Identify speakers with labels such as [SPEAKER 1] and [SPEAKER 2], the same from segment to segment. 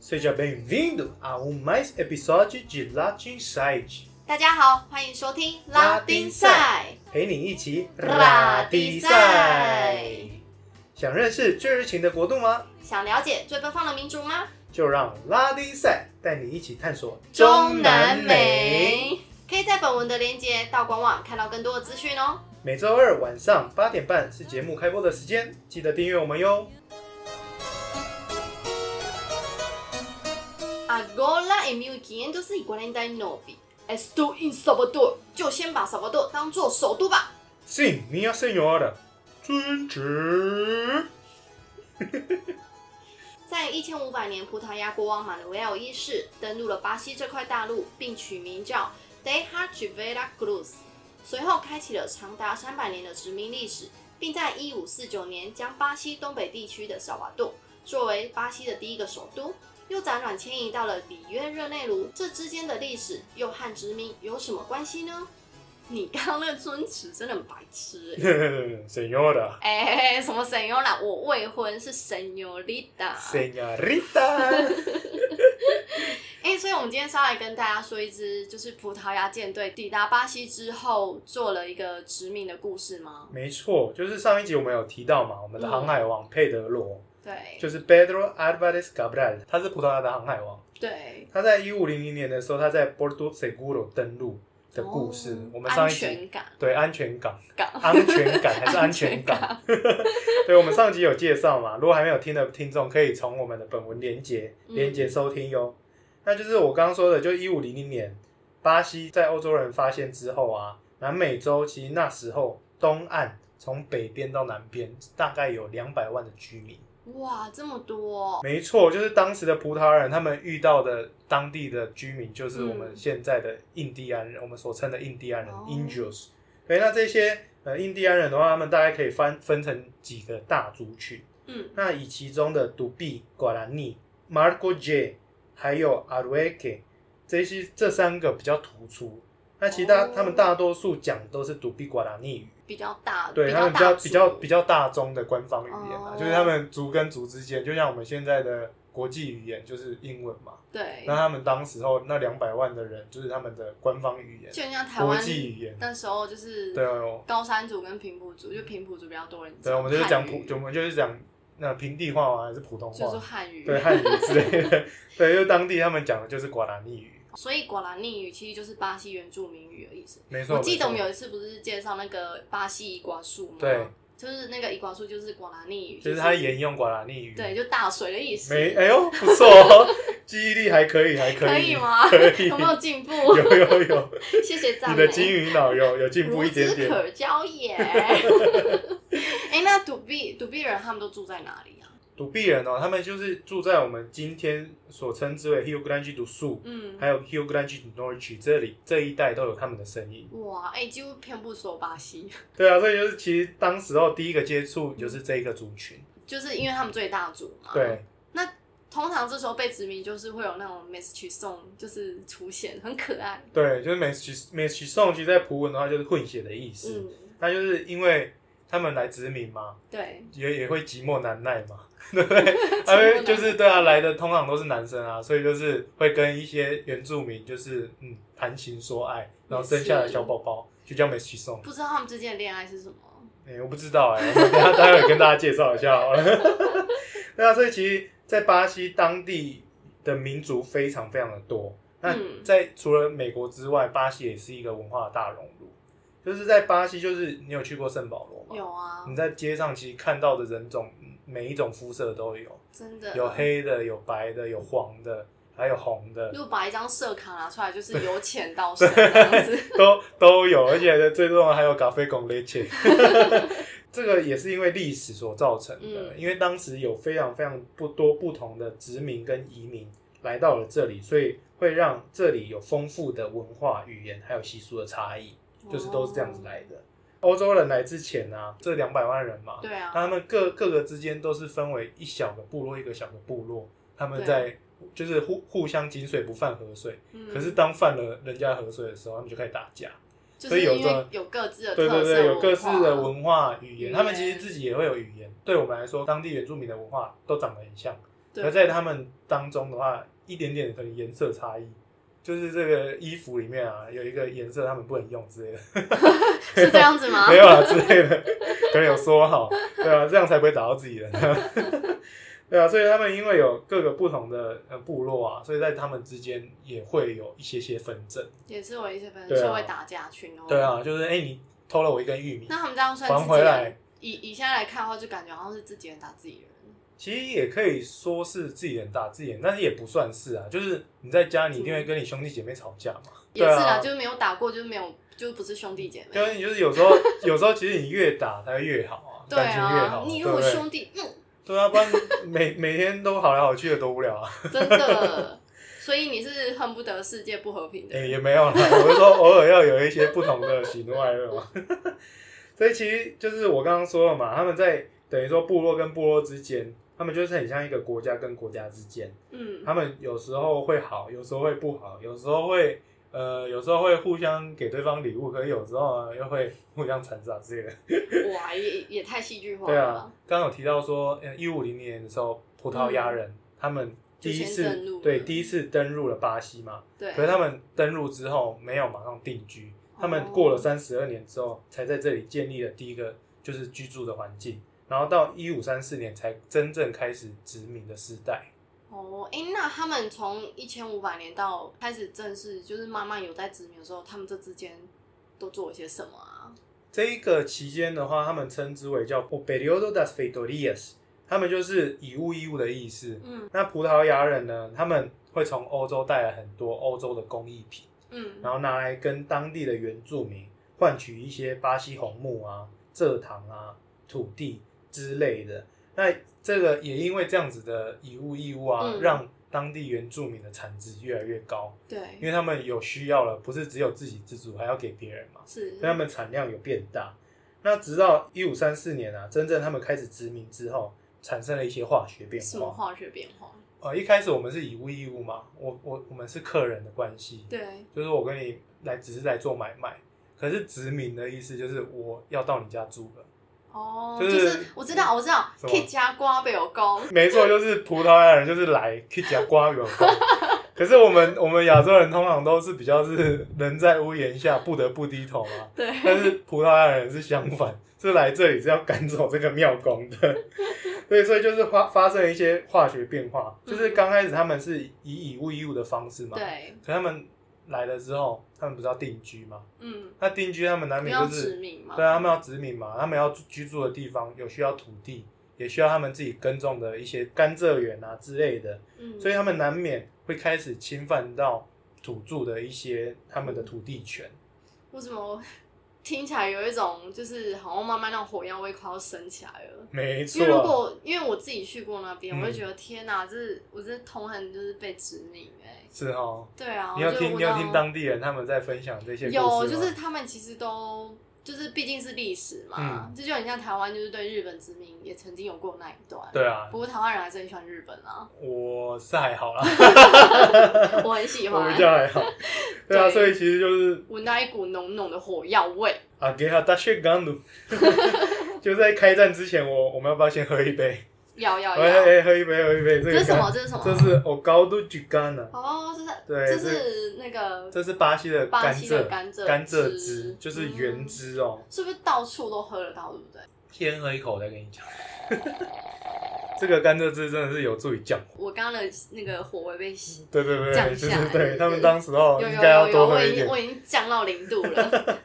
[SPEAKER 1] Seja bem-vindo a um mais episódio de Latin Side，
[SPEAKER 2] 大家好，欢迎收听拉丁
[SPEAKER 1] 拉
[SPEAKER 2] 赛。
[SPEAKER 1] 陪你一起
[SPEAKER 2] 拉
[SPEAKER 1] 丁
[SPEAKER 2] 丁
[SPEAKER 1] 赛
[SPEAKER 2] 赛。
[SPEAKER 1] 想认识最热情的国度吗？
[SPEAKER 2] 想了解最奔放的民族吗？
[SPEAKER 1] 就让拉丁赛带你一起探索。
[SPEAKER 2] 可以在本文的链接到官网看到更多的资讯哦。
[SPEAKER 1] 每周二晚上八点半是节目开播的时间，记得订阅我们哟。
[SPEAKER 2] Agora em 1549, estou em Salvador，就先把 Salvador 当做首都吧。
[SPEAKER 1] Sim, minha senhora，遵旨。
[SPEAKER 2] 在一千五百年，葡萄牙国王马努埃尔一世登陆了巴西这块大陆，并取名叫 Terra de Veracruz，随后开启了长达三百年的殖民历史，并在一五四九年将巴西东北地区的萨瓦多作为巴西的第一个首都，又辗转迁移到了里约热内卢。这之间的历史又和殖民有什么关系呢？你刚刚那尊词真的很白痴欸
[SPEAKER 1] senhora,
[SPEAKER 2] 哎、什么 senora？我未婚是 senorita。
[SPEAKER 1] senhorita，
[SPEAKER 2] 哎、所以我们今天上来跟大家说一支，就是葡萄牙舰队抵达巴西之后做了一个殖民的故事吗？
[SPEAKER 1] 没错，就是上一集我们有提到嘛，我们的
[SPEAKER 2] 嗯
[SPEAKER 1] 航海王佩德罗、
[SPEAKER 2] 对，
[SPEAKER 1] 就是 Pedro Álvares Cabral，他是葡萄牙的航海王，
[SPEAKER 2] 对
[SPEAKER 1] 他在一五零零年的时候，他在 Porto Seguro 登陆的故事，
[SPEAKER 2] 哦
[SPEAKER 1] 我们上一
[SPEAKER 2] 安
[SPEAKER 1] 集
[SPEAKER 2] 全感
[SPEAKER 1] 对安全港，
[SPEAKER 2] 港
[SPEAKER 1] 安全感还是安全港？
[SPEAKER 2] 安
[SPEAKER 1] 对，我们上集有介绍嘛，如果还没有听的听众，可以从我们的本文连接
[SPEAKER 2] 嗯
[SPEAKER 1] 连接收听哟。那就是我刚刚说的，就一五零零年，巴西在欧洲人发现之后啊，南美洲其实那时候东岸从北边到南边大概有两百万的居民。
[SPEAKER 2] 哇，这么多，
[SPEAKER 1] 没错，就是当时的葡萄牙人，他们遇到的当地的居民，就是我们
[SPEAKER 2] 嗯
[SPEAKER 1] 现在的印第安人，我们所称的印第安人、
[SPEAKER 2] 哦
[SPEAKER 1] i n d i o s 对，那这些呃印第安人的话，他们大概可以分分成几个大族群。
[SPEAKER 2] 嗯，
[SPEAKER 1] 那以其中的独臂、瓜兰尼、Marco J，还有 Arueque 这些这三个比较突出。那其他、
[SPEAKER 2] 哦
[SPEAKER 1] 他们大多数讲都是独臂瓜兰尼语，
[SPEAKER 2] 比较大，
[SPEAKER 1] 对他们比
[SPEAKER 2] 大
[SPEAKER 1] 较
[SPEAKER 2] 族
[SPEAKER 1] 比较比较大宗的官方语言啊，
[SPEAKER 2] 哦
[SPEAKER 1] 就是他们族跟族之间，就像我们现在的国际语言就是英文嘛。
[SPEAKER 2] 对
[SPEAKER 1] 那，他们当时候那两百万的人，就是他们的官方语言、
[SPEAKER 2] 就像台
[SPEAKER 1] 国
[SPEAKER 2] 湾
[SPEAKER 1] 际语言。
[SPEAKER 2] 那时候就是
[SPEAKER 1] 对哦，
[SPEAKER 2] 高山族跟平埔族，就平埔族比较多人
[SPEAKER 1] 对，我们就是讲
[SPEAKER 2] 汉
[SPEAKER 1] 普
[SPEAKER 2] 语，
[SPEAKER 1] 我们就是讲那平地话啊嘛，还是普通
[SPEAKER 2] 就是
[SPEAKER 1] 话？
[SPEAKER 2] 汉语，
[SPEAKER 1] 对汉语之类的， 对，因为当地他们讲的就是瓜达尼语，
[SPEAKER 2] 所以果兰尼语其实就是巴西原住民语的意思。
[SPEAKER 1] 没错。
[SPEAKER 2] 我记得我
[SPEAKER 1] 没
[SPEAKER 2] 们
[SPEAKER 1] 错
[SPEAKER 2] 有一次不是介绍那个巴西伊瓜树吗？
[SPEAKER 1] 对，
[SPEAKER 2] 就是那个伊瓜树就是果兰尼语，
[SPEAKER 1] 就是他沿用瓜达尼语。
[SPEAKER 2] 对，就大水的意思。
[SPEAKER 1] 没，哎呦，不错哦， 记忆力还可以，还
[SPEAKER 2] 可
[SPEAKER 1] 以，
[SPEAKER 2] 吗？
[SPEAKER 1] 可以，
[SPEAKER 2] 有没有进步？
[SPEAKER 1] 有有有，
[SPEAKER 2] 谢谢赞
[SPEAKER 1] 你
[SPEAKER 2] 美。
[SPEAKER 1] 的金鱼脑有有进步一点点
[SPEAKER 2] 孺子。可 教也。哎、那独臂独臂人他们都住在哪里啊？
[SPEAKER 1] 独臂人哦，他们就是住在我们今天所称之为 Rio Grande do Sul，、
[SPEAKER 2] 嗯
[SPEAKER 1] 还，有 Rio Grande do Norte 这里这一带都有他们的身影。
[SPEAKER 2] 哇，哎、几乎遍布所有巴西，
[SPEAKER 1] 对啊，所以就是其实当时候第一个接触就是这一个族群。
[SPEAKER 2] 就是因为他们最大族嘛。
[SPEAKER 1] 对。
[SPEAKER 2] 那通常这时候被殖民，就是会有那种 m e s s a g e song，就是出现，很可爱。
[SPEAKER 1] 对，就是 m e s c h i s s o n 其实在葡文的话就是混血的意思。
[SPEAKER 2] 嗯，
[SPEAKER 1] 那就是因为他们来殖民嘛，
[SPEAKER 2] 对，
[SPEAKER 1] 也也会寂寞难耐嘛，对不对？因为就是对啊，来的通常都是男生啊，所以就是会跟一些原住民就是嗯谈情说爱，然后生下的小宝宝就叫 m e s c h i s o n
[SPEAKER 2] 不知道他们之间的恋爱是什么。
[SPEAKER 1] 哎、我不知道哎、我们等一下待会儿跟大家介绍一下好了。 对啊，所以其实，在巴西当地的民族非常非常的多。那
[SPEAKER 2] 嗯
[SPEAKER 1] 在除了美国之外，巴西也是一个文化的大熔炉。就是在巴西，就是你有去过圣保罗吗？
[SPEAKER 2] 有啊，
[SPEAKER 1] 你在街上其实看到的人种，每一种肤色都有，
[SPEAKER 2] 真的
[SPEAKER 1] 有。黑的，有白的，有黄的，还有红的，
[SPEAKER 2] 如果把一张色卡拿出来，就是由浅到深这样 子。
[SPEAKER 1] 都都有，而且最重要还有咖啡拱雷切， 这个也是因为历史所造成的，
[SPEAKER 2] 嗯
[SPEAKER 1] 因为当时有非常非常不多不同的殖民跟移民来到了这里，所以会让这里有丰富的文化、语言还有习俗的差异，就是都是这样子来的。欧洲人来之前啊，这两百万人嘛
[SPEAKER 2] 哦。，对啊，
[SPEAKER 1] 他们各各个之间都是分为一小个部落一个小个部落，他们
[SPEAKER 2] 对
[SPEAKER 1] 在就是互互相井水不犯河水，
[SPEAKER 2] 嗯
[SPEAKER 1] 可是当犯了人家河水的时候，他们就开始打架。
[SPEAKER 2] 就
[SPEAKER 1] 所以
[SPEAKER 2] 是
[SPEAKER 1] 有
[SPEAKER 2] 因
[SPEAKER 1] 个
[SPEAKER 2] 为有各自的
[SPEAKER 1] 对对
[SPEAKER 2] 特色
[SPEAKER 1] 对，有
[SPEAKER 2] 文
[SPEAKER 1] 各自的
[SPEAKER 2] 化
[SPEAKER 1] 文化语
[SPEAKER 2] 语
[SPEAKER 1] 言，
[SPEAKER 2] 言
[SPEAKER 1] 他们其实自己也会有语言。对我们来说，当地原住民的文化都长得很像，
[SPEAKER 2] 对
[SPEAKER 1] 而在他们当中的话，一点点可能颜色差异，就是这个衣服里面啊有一个颜色他们不能用之类的，
[SPEAKER 2] 是这样子 吗？
[SPEAKER 1] 没有啦之类的，可能有说好，对啊，这样才不会打到自己人。 对啊，所以他们因为有各个不同的呃部落啊，所以在他们之间也会有一些些纷争。
[SPEAKER 2] 也是我一些分
[SPEAKER 1] 对啊
[SPEAKER 2] 社会打架群哦。
[SPEAKER 1] 对，啊，就是哎、你偷了我一根玉米，
[SPEAKER 2] 那他们这样算
[SPEAKER 1] 还
[SPEAKER 2] 自己
[SPEAKER 1] 回来
[SPEAKER 2] 人？以以现在来看的话，就感觉好像是自己人打自己人。
[SPEAKER 1] 其实也可以说是自己人打自己人，但是也不算是啊，就是你在家你一定会跟你兄弟姐妹吵架嘛。
[SPEAKER 2] 也
[SPEAKER 1] 对
[SPEAKER 2] 是
[SPEAKER 1] 啊
[SPEAKER 2] 啦，就是没有打过，就是没有，就是不是兄弟姐
[SPEAKER 1] 就是
[SPEAKER 2] 妹。
[SPEAKER 1] 你就是有时候 有时候其实你越打才会越好啊，
[SPEAKER 2] 对
[SPEAKER 1] 感情越
[SPEAKER 2] 啊
[SPEAKER 1] 好，，对
[SPEAKER 2] 你如
[SPEAKER 1] 不
[SPEAKER 2] 果
[SPEAKER 1] 对？
[SPEAKER 2] 兄弟，嗯，
[SPEAKER 1] 对啊，不然每每天都好来好去的多无聊啊。
[SPEAKER 2] 真的。所以你是恨不得世界不和平的
[SPEAKER 1] 哎、
[SPEAKER 2] 人。
[SPEAKER 1] 也没有啦，我是说偶尔要有一些不同的喜怒哀乐嘛。 所以其实就是我刚刚说了嘛，他们在等于说部落跟部落之间，他们就是很像一个国家跟国家之间。
[SPEAKER 2] 嗯，
[SPEAKER 1] 他们有时候会好，有时候会不好，有时候会呃，有时候会互相给对方礼物，可是有时候呢又会互相残杀之类的。
[SPEAKER 2] 哇，也也太戏剧化
[SPEAKER 1] 对
[SPEAKER 2] 了
[SPEAKER 1] 啊
[SPEAKER 2] 吧。，
[SPEAKER 1] 刚刚有提到说，呃，一五零年的时候，葡萄牙人、他们第一
[SPEAKER 2] 嗯就先登
[SPEAKER 1] 次
[SPEAKER 2] 陆
[SPEAKER 1] 对
[SPEAKER 2] 了
[SPEAKER 1] 第一次登入了巴西嘛，
[SPEAKER 2] 对
[SPEAKER 1] 可是他们登入之后没有马上定居，他们
[SPEAKER 2] 哦
[SPEAKER 1] 过了三十二年之后才在这里建立了第一个就是居住的环境，然后到一五三四年才真正开始殖民的时代。
[SPEAKER 2] 哦，哎、那他们从一千五百年到开始正式，就是慢慢有在殖民的时候，他们这之间都做了些什么啊？
[SPEAKER 1] 这一个期间的话，他们称之为叫 o periodo das feitorias，他们就是以物易物的意思。
[SPEAKER 2] 嗯
[SPEAKER 1] 那葡萄牙人呢，他们会从欧洲带来很多欧洲的工艺品，
[SPEAKER 2] 嗯，
[SPEAKER 1] 然后拿来跟当地的原住民换取一些巴西红木啊、蔗糖啊、土地之类的。那这个也因为这样子的以物易物啊，
[SPEAKER 2] 嗯
[SPEAKER 1] 让当地原住民的产值越来越高，因
[SPEAKER 2] 对，
[SPEAKER 1] 为他们有需要了，不是只有自给自足，还要给别人嘛。
[SPEAKER 2] 是
[SPEAKER 1] 所以他们产量有变大。那直到一五三四年啊，真正他们开始殖民之后，产生了一些化学变
[SPEAKER 2] 什么
[SPEAKER 1] 化。
[SPEAKER 2] 化学变化？
[SPEAKER 1] 呃，一开始我们是以物易物嘛，我我我们是客人的关系，
[SPEAKER 2] 对，
[SPEAKER 1] 就是我跟你来只是来做买卖。可是殖民的意思就是我要到你家住了，
[SPEAKER 2] 哦，
[SPEAKER 1] 就
[SPEAKER 2] 就是是我知道，我知道，
[SPEAKER 1] 什么
[SPEAKER 2] 可以加瓜北有 公，
[SPEAKER 1] 没错，就是葡萄牙人就是来去夹瓜有 关。可是我们我们亚洲人通常都是比较是人在屋檐下不得不低头嘛，
[SPEAKER 2] 对，
[SPEAKER 1] 但是葡萄牙人是相反，是来这里是要赶走这个庙公的， 对，所以就是发发生了一些化学变化，就是刚开始他们是以以物易物的方式嘛，，
[SPEAKER 2] 嗯对，
[SPEAKER 1] 可他们来了之后，他们不是要定居嘛？
[SPEAKER 2] 嗯，
[SPEAKER 1] 那定居他们难
[SPEAKER 2] 不
[SPEAKER 1] 免
[SPEAKER 2] 要
[SPEAKER 1] 就
[SPEAKER 2] 殖
[SPEAKER 1] 是
[SPEAKER 2] 民嘛，
[SPEAKER 1] 对啊，他们要殖民嘛，他们要居住的地方有需要土地，也需要他们自己耕种的一些甘蔗园啊之类的，
[SPEAKER 2] 嗯，
[SPEAKER 1] 所以他们难免会开始侵犯到土著的一些他们的土地权。
[SPEAKER 2] 为什么 听起来有一种就是好像慢慢那种火药味快要升起来了？
[SPEAKER 1] 没错
[SPEAKER 2] 因为如，果因为我自己去过那边，
[SPEAKER 1] 嗯
[SPEAKER 2] 我就觉得天哪，这是我真的痛恨就是被殖民哎、
[SPEAKER 1] 是哦。
[SPEAKER 2] 对啊，
[SPEAKER 1] 你有
[SPEAKER 2] 就
[SPEAKER 1] 听
[SPEAKER 2] 闻
[SPEAKER 1] 你有
[SPEAKER 2] 到
[SPEAKER 1] 听当地人他们在分享这些故事吗
[SPEAKER 2] 有就是他们其实都就是毕竟是历史嘛，
[SPEAKER 1] 嗯
[SPEAKER 2] 这就很像台湾就是对日本殖民也曾经有过那一段。
[SPEAKER 1] 对啊
[SPEAKER 2] 不，过台湾人还是很喜欢日本 啊，
[SPEAKER 1] 我是还好啦，
[SPEAKER 2] 我很喜
[SPEAKER 1] 我
[SPEAKER 2] 欢
[SPEAKER 1] 比，较还 好。对啊，
[SPEAKER 2] 对
[SPEAKER 1] 所以其实就是
[SPEAKER 2] 闻到一股浓浓的火药味。
[SPEAKER 1] 啊，给他大血刚 努，就在开战之前，我我们要不要先喝一杯？
[SPEAKER 2] 要要
[SPEAKER 1] 哎
[SPEAKER 2] 要！
[SPEAKER 1] 哎，喝一杯，喝一杯。这
[SPEAKER 2] 这
[SPEAKER 1] 个
[SPEAKER 2] 是什么？
[SPEAKER 1] 干？
[SPEAKER 2] 这是什么？
[SPEAKER 1] 这是哦高度橘干呢，
[SPEAKER 2] 哦，这是
[SPEAKER 1] 对
[SPEAKER 2] 这
[SPEAKER 1] 这
[SPEAKER 2] 是那个
[SPEAKER 1] 这是巴西的
[SPEAKER 2] 巴
[SPEAKER 1] 甘
[SPEAKER 2] 西的
[SPEAKER 1] 蔗
[SPEAKER 2] 甘蔗
[SPEAKER 1] 甘蔗
[SPEAKER 2] 汁
[SPEAKER 1] 汁，就是原
[SPEAKER 2] 嗯
[SPEAKER 1] 汁哦。
[SPEAKER 2] 是不是到处都喝得到，对不对？
[SPEAKER 1] 先喝一口，我再跟你讲。 这个甘蔗汁真的是有助于降火，
[SPEAKER 2] 我刚刚的那个火味被吸，
[SPEAKER 1] 对对对
[SPEAKER 2] 降
[SPEAKER 1] 对，就
[SPEAKER 2] 下
[SPEAKER 1] 是
[SPEAKER 2] 来
[SPEAKER 1] 对他
[SPEAKER 2] 对
[SPEAKER 1] 们当时候
[SPEAKER 2] 有
[SPEAKER 1] 应
[SPEAKER 2] 有
[SPEAKER 1] 该要
[SPEAKER 2] 有
[SPEAKER 1] 多
[SPEAKER 2] 有，
[SPEAKER 1] 喝
[SPEAKER 2] 我
[SPEAKER 1] 一
[SPEAKER 2] 已
[SPEAKER 1] 点
[SPEAKER 2] 经。我已经降到零度 了。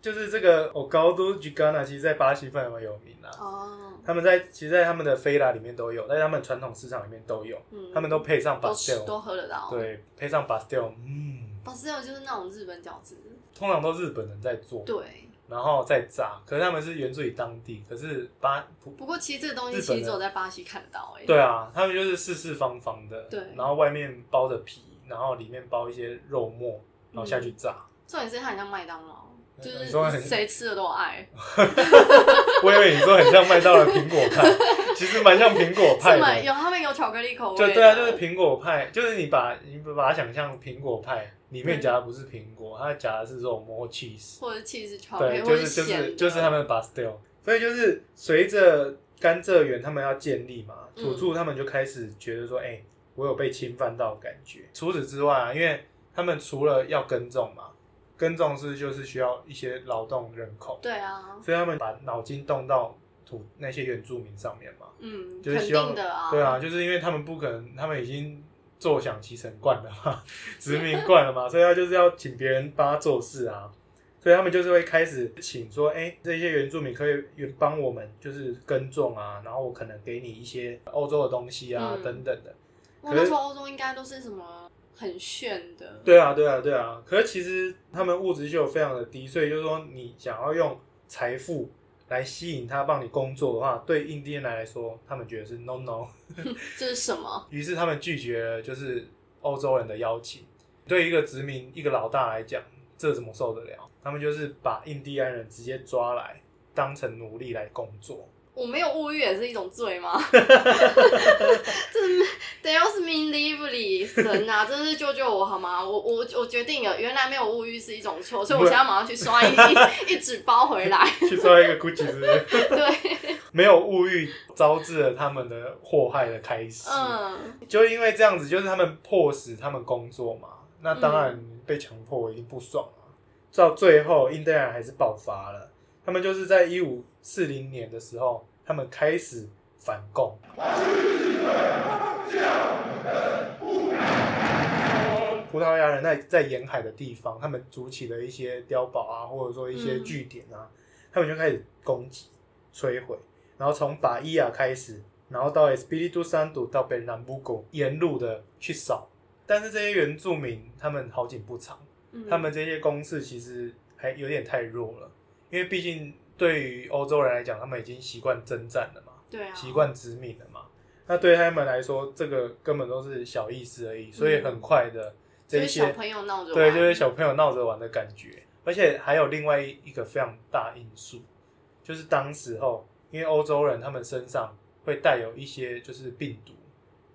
[SPEAKER 1] 就是这个哦，高都吉甘纳其实在巴西非常有名啊。
[SPEAKER 2] 哦，
[SPEAKER 1] 他们在其实，在他们的菲拉里面都有，在他们传统市场里面都有，
[SPEAKER 2] 嗯，
[SPEAKER 1] 他们都配上
[SPEAKER 2] 都吃
[SPEAKER 1] pastel，
[SPEAKER 2] 都喝得到。，
[SPEAKER 1] 对，配上 pastel，嗯，
[SPEAKER 2] 巴斯哦就是那种日本饺子，
[SPEAKER 1] 通常都日本人在做，
[SPEAKER 2] 对。
[SPEAKER 1] 然后再炸，可是他们是源自于当地，可是巴不，
[SPEAKER 2] 不过其实这个东
[SPEAKER 1] 日
[SPEAKER 2] 西
[SPEAKER 1] 本
[SPEAKER 2] 其
[SPEAKER 1] 人
[SPEAKER 2] 实只有在巴西看得到，哎，
[SPEAKER 1] 对啊，他们就是四四方方的，
[SPEAKER 2] 对
[SPEAKER 1] 然后外面包着皮，然后里面包一些肉末，然后下
[SPEAKER 2] 嗯
[SPEAKER 1] 去炸，
[SPEAKER 2] 重点是它很像麦当劳，就
[SPEAKER 1] 嗯你说
[SPEAKER 2] 是
[SPEAKER 1] 很
[SPEAKER 2] 谁吃的都爱，
[SPEAKER 1] 我以为你说很像麦当劳苹果 派，其实蛮像苹果派
[SPEAKER 2] 是吗？
[SPEAKER 1] 的，
[SPEAKER 2] 有他们有巧克力口味
[SPEAKER 1] 就
[SPEAKER 2] 的，
[SPEAKER 1] 对啊，就是苹果派，就是你把你把它想象苹果派里面
[SPEAKER 2] 嗯
[SPEAKER 1] 夹的不是苹果，它夹的是肉末或 cheese，
[SPEAKER 2] 或者 cheese 巧克
[SPEAKER 1] 对，
[SPEAKER 2] 力，或
[SPEAKER 1] 就
[SPEAKER 2] 者
[SPEAKER 1] 是就
[SPEAKER 2] 咸的
[SPEAKER 1] 是就是他们 pastel，所以就是随着甘蔗园他们要建立嘛，
[SPEAKER 2] 嗯
[SPEAKER 1] 土著他们就开始觉得说，哎、我有被侵犯到的感觉。除此之外啊，因为他们除了要耕种嘛，耕种是就是需要一些劳动人口，
[SPEAKER 2] 对啊，
[SPEAKER 1] 所以他们把脑筋动到土那些原住民上面嘛。
[SPEAKER 2] 嗯，
[SPEAKER 1] 就是
[SPEAKER 2] 肯
[SPEAKER 1] 希望
[SPEAKER 2] 定的啊，
[SPEAKER 1] 对啊，，就是因为他们不可能，他们已经坐享其成惯了嘛，殖民惯了嘛，所以他就是要请别人帮他做事啊。所以他们就是会开始请说，哎、这些原住民可以帮我们就是耕种啊，然后我可能给你一些欧洲的东西啊、
[SPEAKER 2] 嗯
[SPEAKER 1] 等等的。
[SPEAKER 2] 我
[SPEAKER 1] 可是
[SPEAKER 2] 那时候欧洲应该都是什么很炫的，
[SPEAKER 1] 对啊，对啊，对啊。可是其实他们物质就有非常的低，所以就是说你想要用财富来吸引他帮你工作的话，对印第安人来说，他们觉得是 no no。
[SPEAKER 2] 这是什么？
[SPEAKER 1] 于是他们拒绝了就是欧洲人的邀请。对一个殖民一个老大来讲，这怎么受得了？他们就是把印第安人直接抓来当成奴隶来工作。
[SPEAKER 2] 我没有物欲也是一种罪吗？ 这是 Deus me libri 神啊！ 真是救救我好吗？我我我决定了，原来没有物欲是一种错，所以我现在马上去刷一 一纸包回 来。
[SPEAKER 1] 去抓一个 Gucci 是不是
[SPEAKER 2] 对，
[SPEAKER 1] 没有物欲，招致了他们的祸害的开始。，
[SPEAKER 2] 嗯，
[SPEAKER 1] 就因为这样子，就是他们迫使他们工作嘛。那当然被强迫一定不爽啊。到最后，印第安人还是爆发了。他们就是在一五四零年的时候，他们开始反共。葡萄牙人在在沿海的地方，他们筑起了一些碉堡啊，或者说一些
[SPEAKER 2] 嗯
[SPEAKER 1] 据点啊，他们就开始攻击、摧毁。然后从巴伊亚开始，然后到 Espírito Santo 到北南布谷沿路的去扫。但是这些原住民他们好景不长，
[SPEAKER 2] 嗯
[SPEAKER 1] 他们这些攻势其实还有点太弱了，因为毕竟对于欧洲人来讲，他们已经习惯征战了嘛，
[SPEAKER 2] 对啊，
[SPEAKER 1] 习惯殖民了嘛。那对他们来说，这个根本都是小意思而已，所以很快的
[SPEAKER 2] 嗯
[SPEAKER 1] 这
[SPEAKER 2] 就是
[SPEAKER 1] 一
[SPEAKER 2] 小
[SPEAKER 1] 些
[SPEAKER 2] 朋友闹着玩，
[SPEAKER 1] 对，就是小朋友闹着玩的感觉。而且还有另外一个非常大因素，就是当时候因为欧洲人他们身上会带有一些就是病毒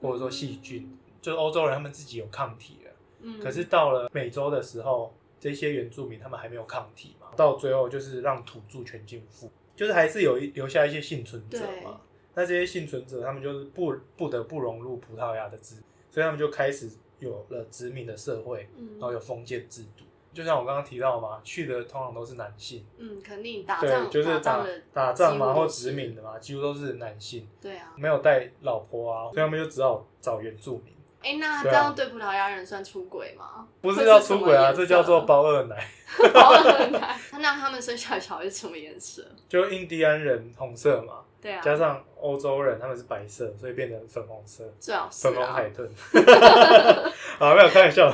[SPEAKER 1] 或者说细菌，就是欧洲人他们自己有抗体了。
[SPEAKER 2] 嗯，
[SPEAKER 1] 可是到了美洲的时候，这些原住民他们还没有抗体嘛，到最后就是让土著全进覆，就是还是有一留下一些幸存者
[SPEAKER 2] 对
[SPEAKER 1] 嘛。那这些幸存者他们就是不不得不融入葡萄牙的殖，所以他们就开始有了殖民的社会。
[SPEAKER 2] 嗯
[SPEAKER 1] 然后有封建制度。就像我刚刚提到嘛，去的通常都是男性，
[SPEAKER 2] 嗯，肯定打
[SPEAKER 1] 对，
[SPEAKER 2] 仗
[SPEAKER 1] 就是
[SPEAKER 2] 仗
[SPEAKER 1] 打
[SPEAKER 2] 的
[SPEAKER 1] 打仗
[SPEAKER 2] 几
[SPEAKER 1] 嘛
[SPEAKER 2] 乎
[SPEAKER 1] 或
[SPEAKER 2] 都是
[SPEAKER 1] 殖民的嘛，几乎都是男性，
[SPEAKER 2] 对啊，
[SPEAKER 1] 没有带老婆啊，所以他们就只好找原住民。
[SPEAKER 2] 哎，那这
[SPEAKER 1] 对啊
[SPEAKER 2] 样对葡萄牙人算出 轨吗？
[SPEAKER 1] 不
[SPEAKER 2] 会
[SPEAKER 1] 是
[SPEAKER 2] 是
[SPEAKER 1] 叫
[SPEAKER 2] 什
[SPEAKER 1] 出
[SPEAKER 2] 么
[SPEAKER 1] 轨啊，
[SPEAKER 2] 颜
[SPEAKER 1] 这
[SPEAKER 2] 色
[SPEAKER 1] 叫做包二奶。
[SPEAKER 2] 好很难。那他们生下来小孩是什么颜色？
[SPEAKER 1] 就印第安人红色嘛，
[SPEAKER 2] 对啊，
[SPEAKER 1] 加上欧洲人他们是白色，所以变成粉红色。
[SPEAKER 2] 最好是
[SPEAKER 1] 粉红
[SPEAKER 2] 啊
[SPEAKER 1] 海豚。 啊，没有开玩笑，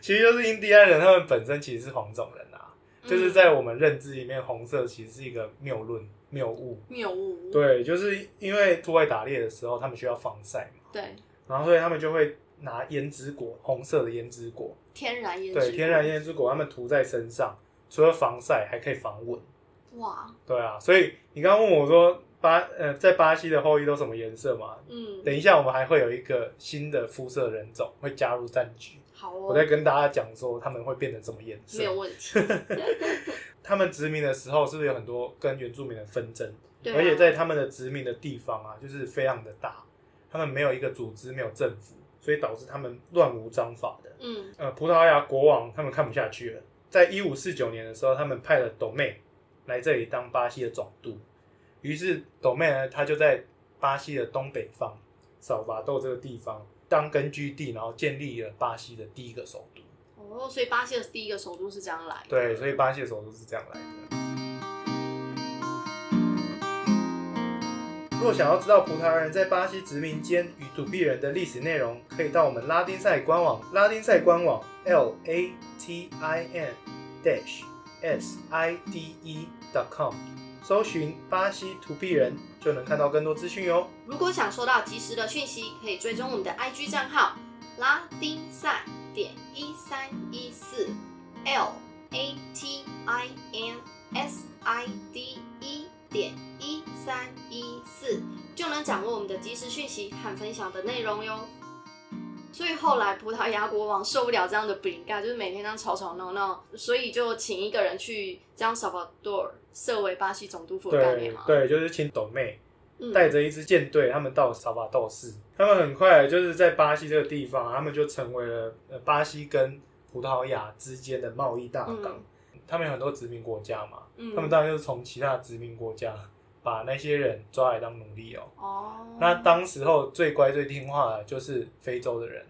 [SPEAKER 1] 其实就是印第安人，他们本身其实是黄种人啊，就是
[SPEAKER 2] 嗯
[SPEAKER 1] 在我们认知里面，红色其实是一个谬论、谬误。
[SPEAKER 2] 谬误。
[SPEAKER 1] 对，就是因为出外打猎的时候，他们需要防晒嘛，
[SPEAKER 2] 对，
[SPEAKER 1] 然后所以他们就会拿胭脂果，红色的胭脂果，
[SPEAKER 2] 天然胭
[SPEAKER 1] 对，
[SPEAKER 2] 脂
[SPEAKER 1] 天然胭脂果，他们涂在身上，除了防晒，还可以防蚊。
[SPEAKER 2] 哇，
[SPEAKER 1] 对啊，所以你刚刚问我说巴呃，在巴西的后裔都什么颜色嘛？
[SPEAKER 2] 嗯，
[SPEAKER 1] 等一下，我们还会有一个新的肤色人种会加入战局，
[SPEAKER 2] 好
[SPEAKER 1] 我
[SPEAKER 2] 哦，
[SPEAKER 1] 再跟大家讲说他们会变成什么颜
[SPEAKER 2] 没有
[SPEAKER 1] 色。
[SPEAKER 2] 问 题。
[SPEAKER 1] 他们殖民的时候是不是有很多跟原住民的纷争？
[SPEAKER 2] 对啊，
[SPEAKER 1] 而且在他们的殖民的地方啊，就是非常的大，他们没有一个组织，没有政府，所以导致他们乱无章法的。
[SPEAKER 2] 嗯
[SPEAKER 1] 呃，葡萄牙国王他们看不下去了，在一五四九年的时候，他们派了斗妹来这里当巴西的总督。于是斗妹呢，他就在巴西的东北方扫把豆这个地方当根据地，然后建立了巴西的第一个首都。
[SPEAKER 2] 哦，所以巴西的第一个首都是这样来的。
[SPEAKER 1] 对，所以巴西的首都是这样来的。如果想要知道葡萄牙人在巴西殖民间与土币人的历史内容，可以到我们拉丁赛官网，拉丁赛官网 l a t i n dash s i d e dot com，搜寻巴西土币人就能看到更多资讯哟。
[SPEAKER 2] 如果想收到及时的讯息，可以追踪我们的 IG 账号拉丁赛点一三一四 L A T I N S I D E 点一三一四，就能掌握我们的及时讯息和分享的内容哟。所以后来葡萄牙国王受不了这样的饼干，就是每天这样吵吵闹闹，所以就请一个人去将 Salvador 设为巴西总督府的概
[SPEAKER 1] 对
[SPEAKER 2] 念嘛。
[SPEAKER 1] 对，就是请斗妹
[SPEAKER 2] 嗯
[SPEAKER 1] 带着一支舰队，他们到萨巴道士，他们很快就是在巴西这个地方，他们就成为了呃巴西跟葡萄牙之间的贸易大港。他们有很多殖民国家嘛，
[SPEAKER 2] 嗯
[SPEAKER 1] 他们当然就是从其他殖民国家把那些人抓来当奴隶哦。
[SPEAKER 2] 哦，
[SPEAKER 1] 那当时候最乖最听话的就是非洲的人，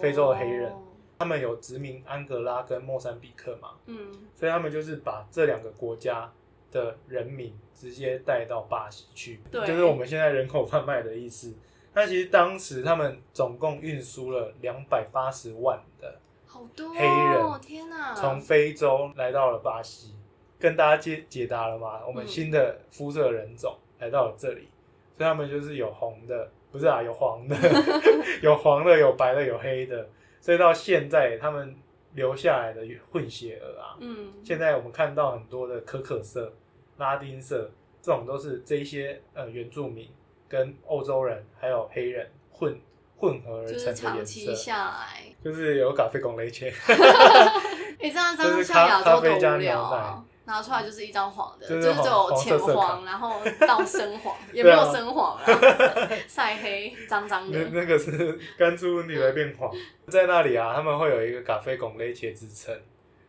[SPEAKER 1] 非洲的黑人
[SPEAKER 2] 哦
[SPEAKER 1] 他们有殖民安哥拉跟莫桑比克嘛，
[SPEAKER 2] 嗯
[SPEAKER 1] 所以他们就是把这两个国家的人民直接带到巴西去，
[SPEAKER 2] 对
[SPEAKER 1] 就是我们现在人口贩卖的意思。那其实当时他们总共运输了两百八十万的，
[SPEAKER 2] 好多哦
[SPEAKER 1] 黑人
[SPEAKER 2] 天哪，
[SPEAKER 1] 从非洲来到了巴西，跟大家解解答了嘛，我们
[SPEAKER 2] 嗯
[SPEAKER 1] 新的肤色人种来到了这里，所以他们就是有红的，不是啊，有黄 的，有黄的，有白的，有黑的，所以到现在他们留下来的混血儿啊，
[SPEAKER 2] 嗯
[SPEAKER 1] 现在我们看到很多的可可色、拉丁色，这种都是这一些呃原住民跟欧洲人还有黑人混混合而
[SPEAKER 2] 就
[SPEAKER 1] 成
[SPEAKER 2] 是
[SPEAKER 1] 的
[SPEAKER 2] 长
[SPEAKER 1] 颜
[SPEAKER 2] 期
[SPEAKER 1] 色，
[SPEAKER 2] 下来，
[SPEAKER 1] 就是有咖啡公雷切，
[SPEAKER 2] 你这样
[SPEAKER 1] 就是咖
[SPEAKER 2] 张像亚洲
[SPEAKER 1] 咖啡加
[SPEAKER 2] 多
[SPEAKER 1] 牛
[SPEAKER 2] 无聊
[SPEAKER 1] 奶
[SPEAKER 2] 啊！拿出来就是一张黄的，
[SPEAKER 1] 就是
[SPEAKER 2] 就是只有
[SPEAKER 1] 黄黄
[SPEAKER 2] 浅
[SPEAKER 1] 色色
[SPEAKER 2] 黄，
[SPEAKER 1] 卡
[SPEAKER 2] 然后到深 黄，也没
[SPEAKER 1] 对啊
[SPEAKER 2] 有深黄啊， 晒黑脏脏
[SPEAKER 1] 那
[SPEAKER 2] 的。
[SPEAKER 1] 那个是甘珠女儿变黄，在那里啊，他们会有一个咖啡公雷切之称，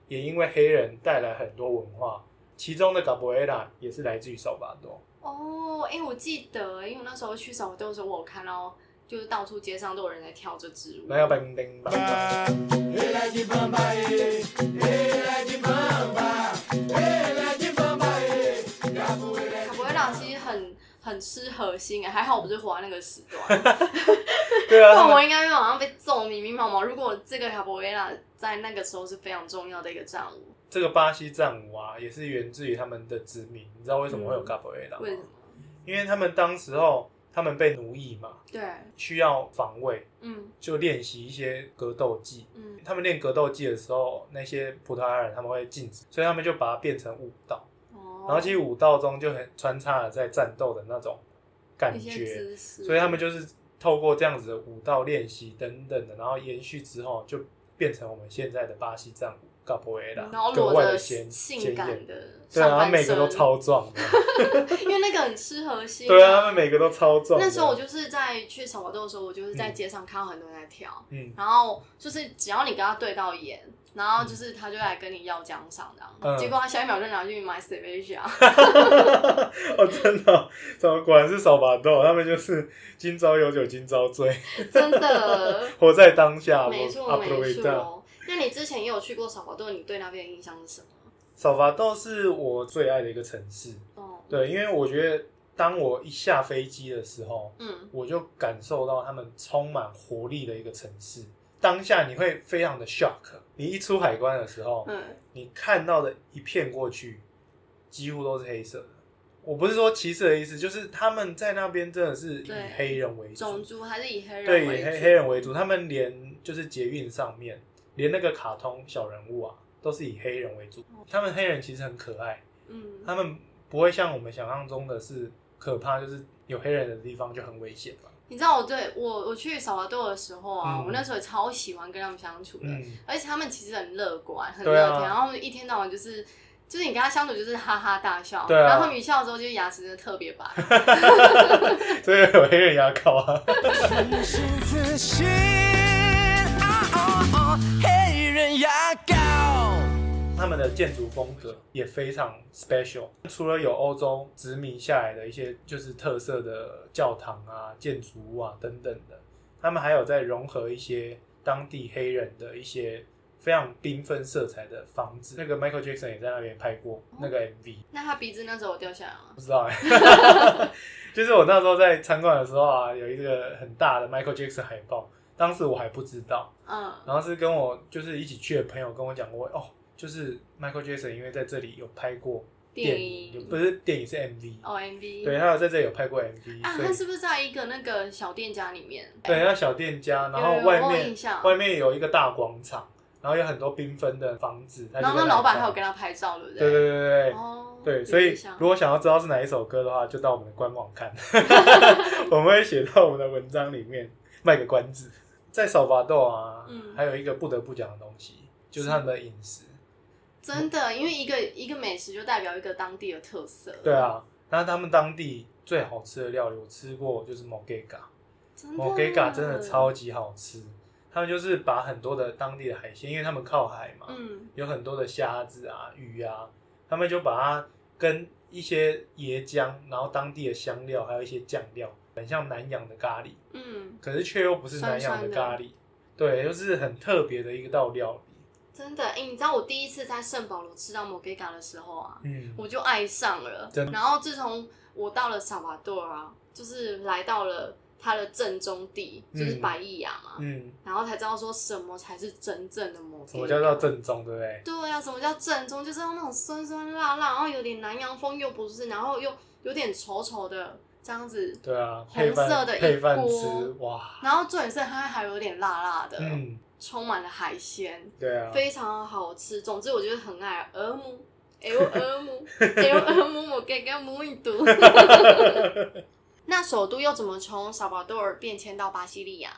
[SPEAKER 1] 也因为黑人带来很多文化，其中的 Gabriela 也是来自于萨尔瓦多。
[SPEAKER 2] 哦，哎、我记得，因为我那时候去扫瓦多的时候，我有看到就是到处街上都有人在跳这支舞。
[SPEAKER 1] 那要叮叮吧。
[SPEAKER 2] 嗯卡布瑞拉其实很很吃核心哎、还好我不是活在那个时段，
[SPEAKER 1] 对
[SPEAKER 2] 不
[SPEAKER 1] 啊，他
[SPEAKER 2] 然
[SPEAKER 1] 们
[SPEAKER 2] 我应该会马上被揍迷迷毛毛。如果这个卡布瑞拉在那个时候是非常重要的一个战舞，
[SPEAKER 1] 这个巴西战舞啊，也是源自于他们的殖民。你知道为什么会有 Gabriela
[SPEAKER 2] 为什
[SPEAKER 1] 吗
[SPEAKER 2] 么？？
[SPEAKER 1] 因为他们当时候他们被奴役嘛，
[SPEAKER 2] 对，
[SPEAKER 1] 需要防卫，
[SPEAKER 2] 嗯
[SPEAKER 1] 就练习一些格斗技。
[SPEAKER 2] 嗯，
[SPEAKER 1] 他们练格斗技的时候，那些葡萄牙人他们会禁止，所以他们就把它变成武道。
[SPEAKER 2] 哦，
[SPEAKER 1] 然后其实武道中就很穿插了在战斗的那种感
[SPEAKER 2] 一些
[SPEAKER 1] 觉，
[SPEAKER 2] 姿势，
[SPEAKER 1] 所以他们就是透过这样子的武道练习等等的，然后延续之后就变成我们现在的巴西战舞 Gabriela，
[SPEAKER 2] 嗯然后
[SPEAKER 1] 啊格
[SPEAKER 2] 裸
[SPEAKER 1] 外
[SPEAKER 2] 着
[SPEAKER 1] 的鲜
[SPEAKER 2] 性
[SPEAKER 1] 鲜艳
[SPEAKER 2] 感。的
[SPEAKER 1] 对啊，
[SPEAKER 2] 上
[SPEAKER 1] 然后
[SPEAKER 2] 半
[SPEAKER 1] 每个都
[SPEAKER 2] 身，
[SPEAKER 1] 超 壮的。
[SPEAKER 2] 因为那个很吃核心、
[SPEAKER 1] 对啊，他们每个都超壮的。
[SPEAKER 2] 那时候我就是在去小活动的时候，我就是在街上看到很多人在跳，
[SPEAKER 1] 嗯，
[SPEAKER 2] 然后就是只要你跟他对到眼，然后就是他就来跟你要奖赏这样，
[SPEAKER 1] 嗯
[SPEAKER 2] 结果他下一秒就拿去买 c e v i c a
[SPEAKER 1] 哦，真的哦、怎么果然是手把豆？他们就是今朝有酒今朝醉，
[SPEAKER 2] 真的，
[SPEAKER 1] 活在当下。
[SPEAKER 2] 没错
[SPEAKER 1] 阿布
[SPEAKER 2] 没
[SPEAKER 1] 瑞达，
[SPEAKER 2] 错。那你之前也有去过小活动，你对那边的印象是什么？
[SPEAKER 1] 手把豆是我最爱的一个城市。
[SPEAKER 2] 哦，
[SPEAKER 1] 对，因为我觉得当我一下飞机的时候，
[SPEAKER 2] 嗯，
[SPEAKER 1] 我就感受到他们充满活力的一个城市。当下你会非常的 shock，你一出海关的时候，
[SPEAKER 2] 嗯，
[SPEAKER 1] 你看到的一片过去，几乎都是黑色的。我不是说歧视的意思，就是他们在那边真的是以
[SPEAKER 2] 对
[SPEAKER 1] 黑人为
[SPEAKER 2] 种
[SPEAKER 1] 主，
[SPEAKER 2] 族还是以黑人
[SPEAKER 1] 对，以
[SPEAKER 2] 为
[SPEAKER 1] 黑
[SPEAKER 2] 主
[SPEAKER 1] 黑人为主。他们连就是捷运上面，连那个卡通小人物啊，都是以黑人为主。他们黑人其实很可爱，
[SPEAKER 2] 嗯，
[SPEAKER 1] 他们不会像我们想象中的是可怕，就是有黑人的地方就很危险嘛。
[SPEAKER 2] 你知道我对我我去萨瓦多的时候啊，
[SPEAKER 1] 嗯
[SPEAKER 2] 我那时候也超喜欢跟他们相处的，
[SPEAKER 1] 嗯，
[SPEAKER 2] 而且他们其实很乐观，很
[SPEAKER 1] 对啊
[SPEAKER 2] 乐天，然后他们一天到晚就是。就是你跟他相处，就是哈哈大笑，
[SPEAKER 1] 对啊
[SPEAKER 2] 然后他们一笑之后，就是牙齿真的特别白。
[SPEAKER 1] 所以有黑人牙膏啊。
[SPEAKER 3] 真是自信。啊哦哦，黑人牙膏。
[SPEAKER 1] 他们的建筑风格也非常 special，除了有欧洲殖民下来的一些就是特色的教堂啊、建筑物啊等等的，他们还有在融合一些当地黑人的一些非常缤纷色彩的房子。那个 Michael Jackson 也在那边拍过那个 MV，
[SPEAKER 2] 那他鼻子那时候有掉下来吗？
[SPEAKER 1] 不知道哎、就是我那时候在参观的时候啊，有一个很大的 Michael Jackson 海报，当时我还不知道，
[SPEAKER 2] 嗯，
[SPEAKER 1] 然后是跟我就是一起去的朋友跟我讲过，哦，就是 Michael Jackson 因为在这里有拍过电影，
[SPEAKER 2] 电影
[SPEAKER 1] 不是电影是 MV，、
[SPEAKER 2] O M V。
[SPEAKER 1] 对，他有在这里有拍过 MV，、
[SPEAKER 2] 啊，
[SPEAKER 1] 所
[SPEAKER 2] 他
[SPEAKER 1] 以
[SPEAKER 2] 是不是在一个那个小店家里面？
[SPEAKER 1] 对，那小店家，然后
[SPEAKER 2] 有
[SPEAKER 1] 外
[SPEAKER 2] 我有
[SPEAKER 1] 面
[SPEAKER 2] 印象
[SPEAKER 1] 外面有一个大广场，然后有很多缤纷的房子，他就
[SPEAKER 2] 然后
[SPEAKER 1] 在
[SPEAKER 2] 那
[SPEAKER 1] 里
[SPEAKER 2] 老板
[SPEAKER 1] 拍
[SPEAKER 2] 还有跟他拍照，对不
[SPEAKER 1] 对对
[SPEAKER 2] 对
[SPEAKER 1] 对对对。
[SPEAKER 2] 哦，
[SPEAKER 1] 对，
[SPEAKER 2] 有
[SPEAKER 1] 所以
[SPEAKER 2] 印象
[SPEAKER 1] 如果想要知道是哪一首歌的话，就到我们的官网 看，我们会写到我们的文章里面，卖个关子。在扫把豆啊，
[SPEAKER 2] 嗯
[SPEAKER 1] 还有一个不得不讲的东西，就是他们的饮食。
[SPEAKER 2] 真的，因为一个一个美食就代表一个当地的特色。
[SPEAKER 1] 啊对，啊，那他们当地最好吃的料理，我吃过就是 m o g e g a
[SPEAKER 2] 真
[SPEAKER 1] m o g e g a 真的超级好吃。他们就是把很多的当地的海鲜，因为他们靠海嘛，
[SPEAKER 2] 嗯
[SPEAKER 1] 有很多的虾子啊、鱼啊，他们就把它跟一些椰浆，然后当地的香料，还有一些酱料，很像南洋的咖喱，
[SPEAKER 2] 嗯，
[SPEAKER 1] 可是却又不是南洋
[SPEAKER 2] 酸酸的
[SPEAKER 1] 咖喱，对，就是很特别的一道料理。
[SPEAKER 2] 真的，哎、你知道我第一次在圣保罗吃到 m o g e g a 的时候啊，
[SPEAKER 1] 嗯，
[SPEAKER 2] 我就爱上了。
[SPEAKER 1] 真的
[SPEAKER 2] 然后自从我到了萨瓦多啊，就是来到了它的正中地，就是
[SPEAKER 1] 嗯
[SPEAKER 2] 百亿亚嘛，
[SPEAKER 1] 嗯，
[SPEAKER 2] 然后才知道说什么才是真正的 m o g
[SPEAKER 1] 什
[SPEAKER 2] e
[SPEAKER 1] 么
[SPEAKER 2] g
[SPEAKER 1] 叫
[SPEAKER 2] a
[SPEAKER 1] 做正宗，对不对？
[SPEAKER 2] 对啊，什么叫正宗？就是要那种酸酸辣辣，然后有点南洋风又不是，然后又有点稠稠的这样子。
[SPEAKER 1] 对啊，
[SPEAKER 2] 红
[SPEAKER 1] 配
[SPEAKER 2] 色
[SPEAKER 1] 饭
[SPEAKER 2] 的一
[SPEAKER 1] 配饭
[SPEAKER 2] 锅
[SPEAKER 1] 吃，哇，
[SPEAKER 2] 然后重点是它还有点辣辣的，
[SPEAKER 1] 嗯，
[SPEAKER 2] 充满了海鲜，
[SPEAKER 1] 对啊，
[SPEAKER 2] 非常好吃。总之，我觉得很爱鹅 母。Eu amo, eu amo, eu quero muito 那首都又怎么从萨巴多尔变迁到巴西利亚？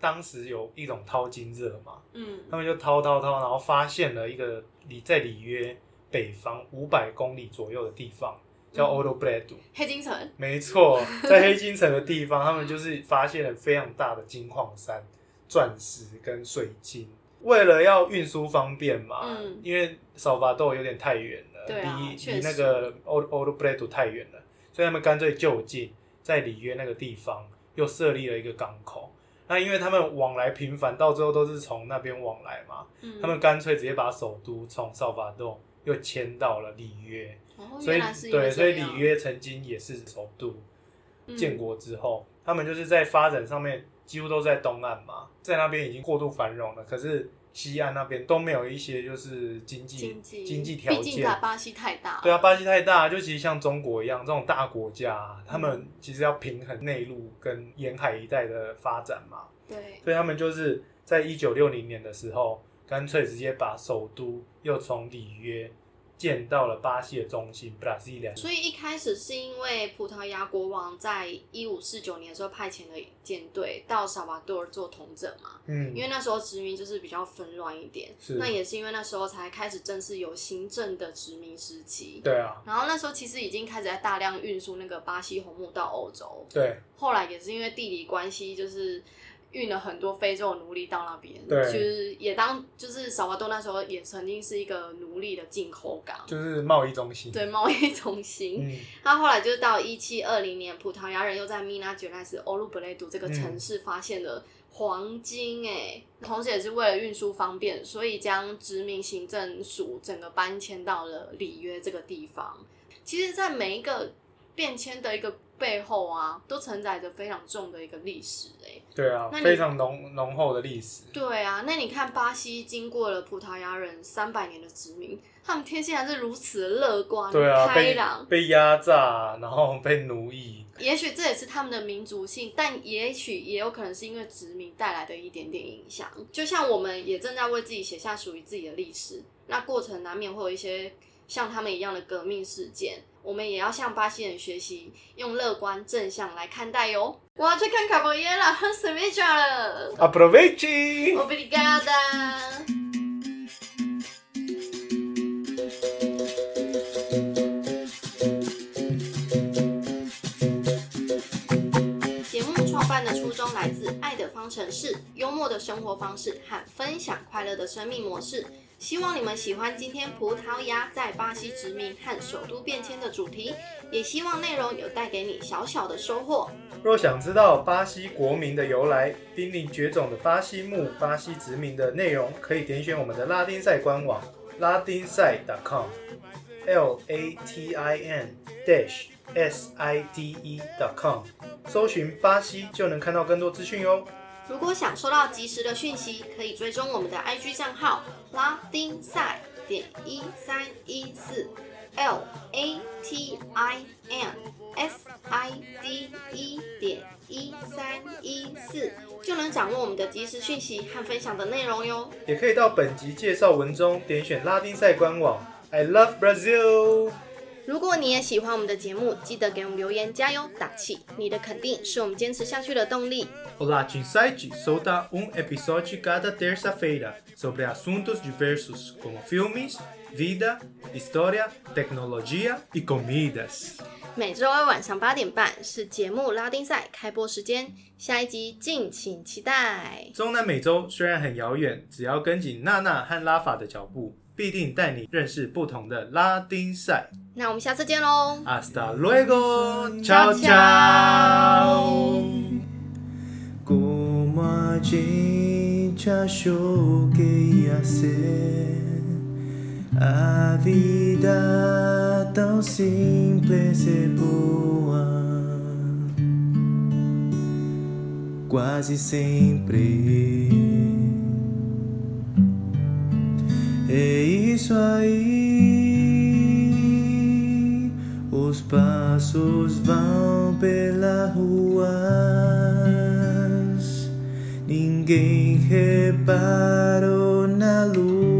[SPEAKER 1] 当时有一种淘金热嘛，
[SPEAKER 2] 嗯
[SPEAKER 1] 他们就掏掏掏，然后发现了一个里在里约北方五百公里左右的地方，叫
[SPEAKER 2] 嗯
[SPEAKER 1] Ouro Preto。
[SPEAKER 2] 黑金城，
[SPEAKER 1] 没错，在黑金城的地方，他们就是发现了非常大的金矿山、钻石跟水晶。为了要运输方便嘛，
[SPEAKER 2] 嗯
[SPEAKER 1] 因为扫把豆有点太远了，
[SPEAKER 2] 对啊
[SPEAKER 1] 离
[SPEAKER 2] 确
[SPEAKER 1] 离
[SPEAKER 2] 实
[SPEAKER 1] 那个 Old Old p l a t o 太远了，所以他们干脆就近在里约那个地方又设立了一个港口。那因为他们往来频繁，到最后都是从那边往来嘛，
[SPEAKER 2] 嗯，
[SPEAKER 1] 他们干脆直接把首都从扫把豆又迁到了里约。
[SPEAKER 2] 哦
[SPEAKER 1] 所
[SPEAKER 2] 原
[SPEAKER 1] 以
[SPEAKER 2] 来是因为
[SPEAKER 1] 对，所以
[SPEAKER 2] 这样
[SPEAKER 1] 里约曾经也是首都。
[SPEAKER 2] 嗯
[SPEAKER 1] 建国之后，他们就是在发展上面几乎都在东岸嘛，在那边已经过度繁荣了，可是西岸那边都没有一些就是经济
[SPEAKER 2] 经济
[SPEAKER 1] 济条
[SPEAKER 2] 毕竟它
[SPEAKER 1] 件。
[SPEAKER 2] 巴西太大了，
[SPEAKER 1] 对啊，巴西太大，就其实像中国一样，这种大国家啊，他
[SPEAKER 2] 嗯
[SPEAKER 1] 们其实要平衡内陆跟沿海一带的发展嘛，
[SPEAKER 2] 对，
[SPEAKER 1] 所以他们就是在一九六零年的时候，干脆直接把首都又从里约建到了巴西的中心布拉西利亚。
[SPEAKER 2] 所以一开始是因为葡萄牙国王在一五四九年的时候派遣了一舰队到萨瓦多尔做统整嘛，
[SPEAKER 1] 嗯
[SPEAKER 2] 因为那时候殖民就是比较纷乱一点，
[SPEAKER 1] 是
[SPEAKER 2] 那也是因为那时候才开始正式有行政的殖民时期。
[SPEAKER 1] 对啊，
[SPEAKER 2] 然后那时候其实已经开始在大量运输那个巴西红木到欧洲，
[SPEAKER 1] 对，
[SPEAKER 2] 后来也是因为地理关系，就是运了很多非洲的奴隶到那边，
[SPEAKER 1] 对
[SPEAKER 2] 就是也当就是萨瓦多那时候也曾经是一个奴隶的进口港，
[SPEAKER 1] 就是贸易中心。
[SPEAKER 2] 对贸易中心。
[SPEAKER 1] 嗯，
[SPEAKER 2] 他后来就是到一七二零年，葡萄牙人又在米纳吉奈斯欧鲁布雷杜这个城市发现了黄金、哎、同时也是为了运输方便，所以将殖民行政署整个搬迁到了里约这个地方。其实，在每一个变迁的一个背后啊，都承载着非常重的一个历史、哎，
[SPEAKER 1] 对啊，
[SPEAKER 2] 那你
[SPEAKER 1] 非常浓浓厚的历史。
[SPEAKER 2] 对啊，那你看巴西经过了葡萄牙人三百年的殖民，他们天性还是如此乐观、
[SPEAKER 1] 对啊，
[SPEAKER 2] 开
[SPEAKER 1] 被
[SPEAKER 2] 朗，
[SPEAKER 1] 被压榨，然后被奴役。
[SPEAKER 2] 也许这也是他们的民族性，但也许也有可能是因为殖民带来的一点点影响。就像我们也正在为自己写下属于自己的历史，那过程难免会有一些像他们一样的革命事件。我们也要向巴西人学习，用乐观正向来看待哟。我要去看卡博耶拉和 s e v i l a 了
[SPEAKER 1] a p r o v e c h e
[SPEAKER 2] ，Obrigada。节目创办的初衷来自爱的方程式、幽默的生活方式和分享快乐的生命模式。希望你们喜欢今天葡萄牙在巴西殖民和首都变迁的主题，也希望内容有带给你小小的收获。
[SPEAKER 1] 若想知道巴西国民的由来、濒临绝种的巴西木、巴西殖民的内容，可以点选我们的拉丁赛官网拉丁赛 .com l a t i n dash s i d e .com，搜寻巴西就能看到更多资讯哟。
[SPEAKER 2] 如果想收到及时的讯息，可以追踪我们的 IG 账号拉丁赛点一三一四 L A T I N S I D E 点一三一四，就能掌握我们的及时讯息和分享的内容哟。
[SPEAKER 1] 也可以到本集介绍文中点选拉丁赛官网 I love Brazil。
[SPEAKER 2] 如果你也喜欢我们的节目，记得给我们留言加油打气，你的肯定是我们坚持下去的动力。
[SPEAKER 1] O Latin Site solta um episódio cada terça-feira sobre assuntos diversos como filmes, vida, história, tecnologia e comidas.
[SPEAKER 2] 每周二晚上八点半是节目拉丁赛开播时间，下一集敬请期待。
[SPEAKER 1] 中南美洲虽然很遥远，只要跟紧娜娜和拉法的脚步，必定带你认识不同的拉丁赛。
[SPEAKER 2] 那我们下次见喽！
[SPEAKER 1] Hasta luego，ciao
[SPEAKER 2] Chao,
[SPEAKER 1] ciao
[SPEAKER 2] chao。
[SPEAKER 3] Como a gente achou que ia ser A vida tão simples e boa Quase sempre É isso aí Os passos vão pelas ruas Ninguém reparou na lua.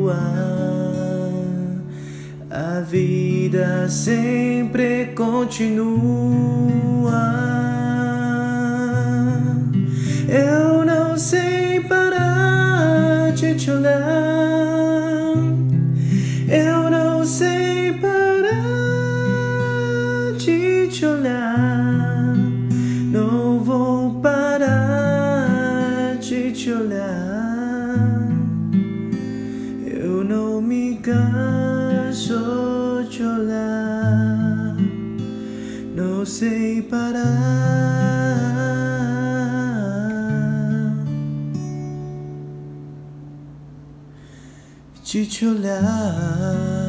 [SPEAKER 3] A vida sempre continua. Eu não sei parar de te olhar. Eu não sei parar de te olhar. Não vou parar de te olhar. Eu não me canso de olhar. Não sei parar de te olhar.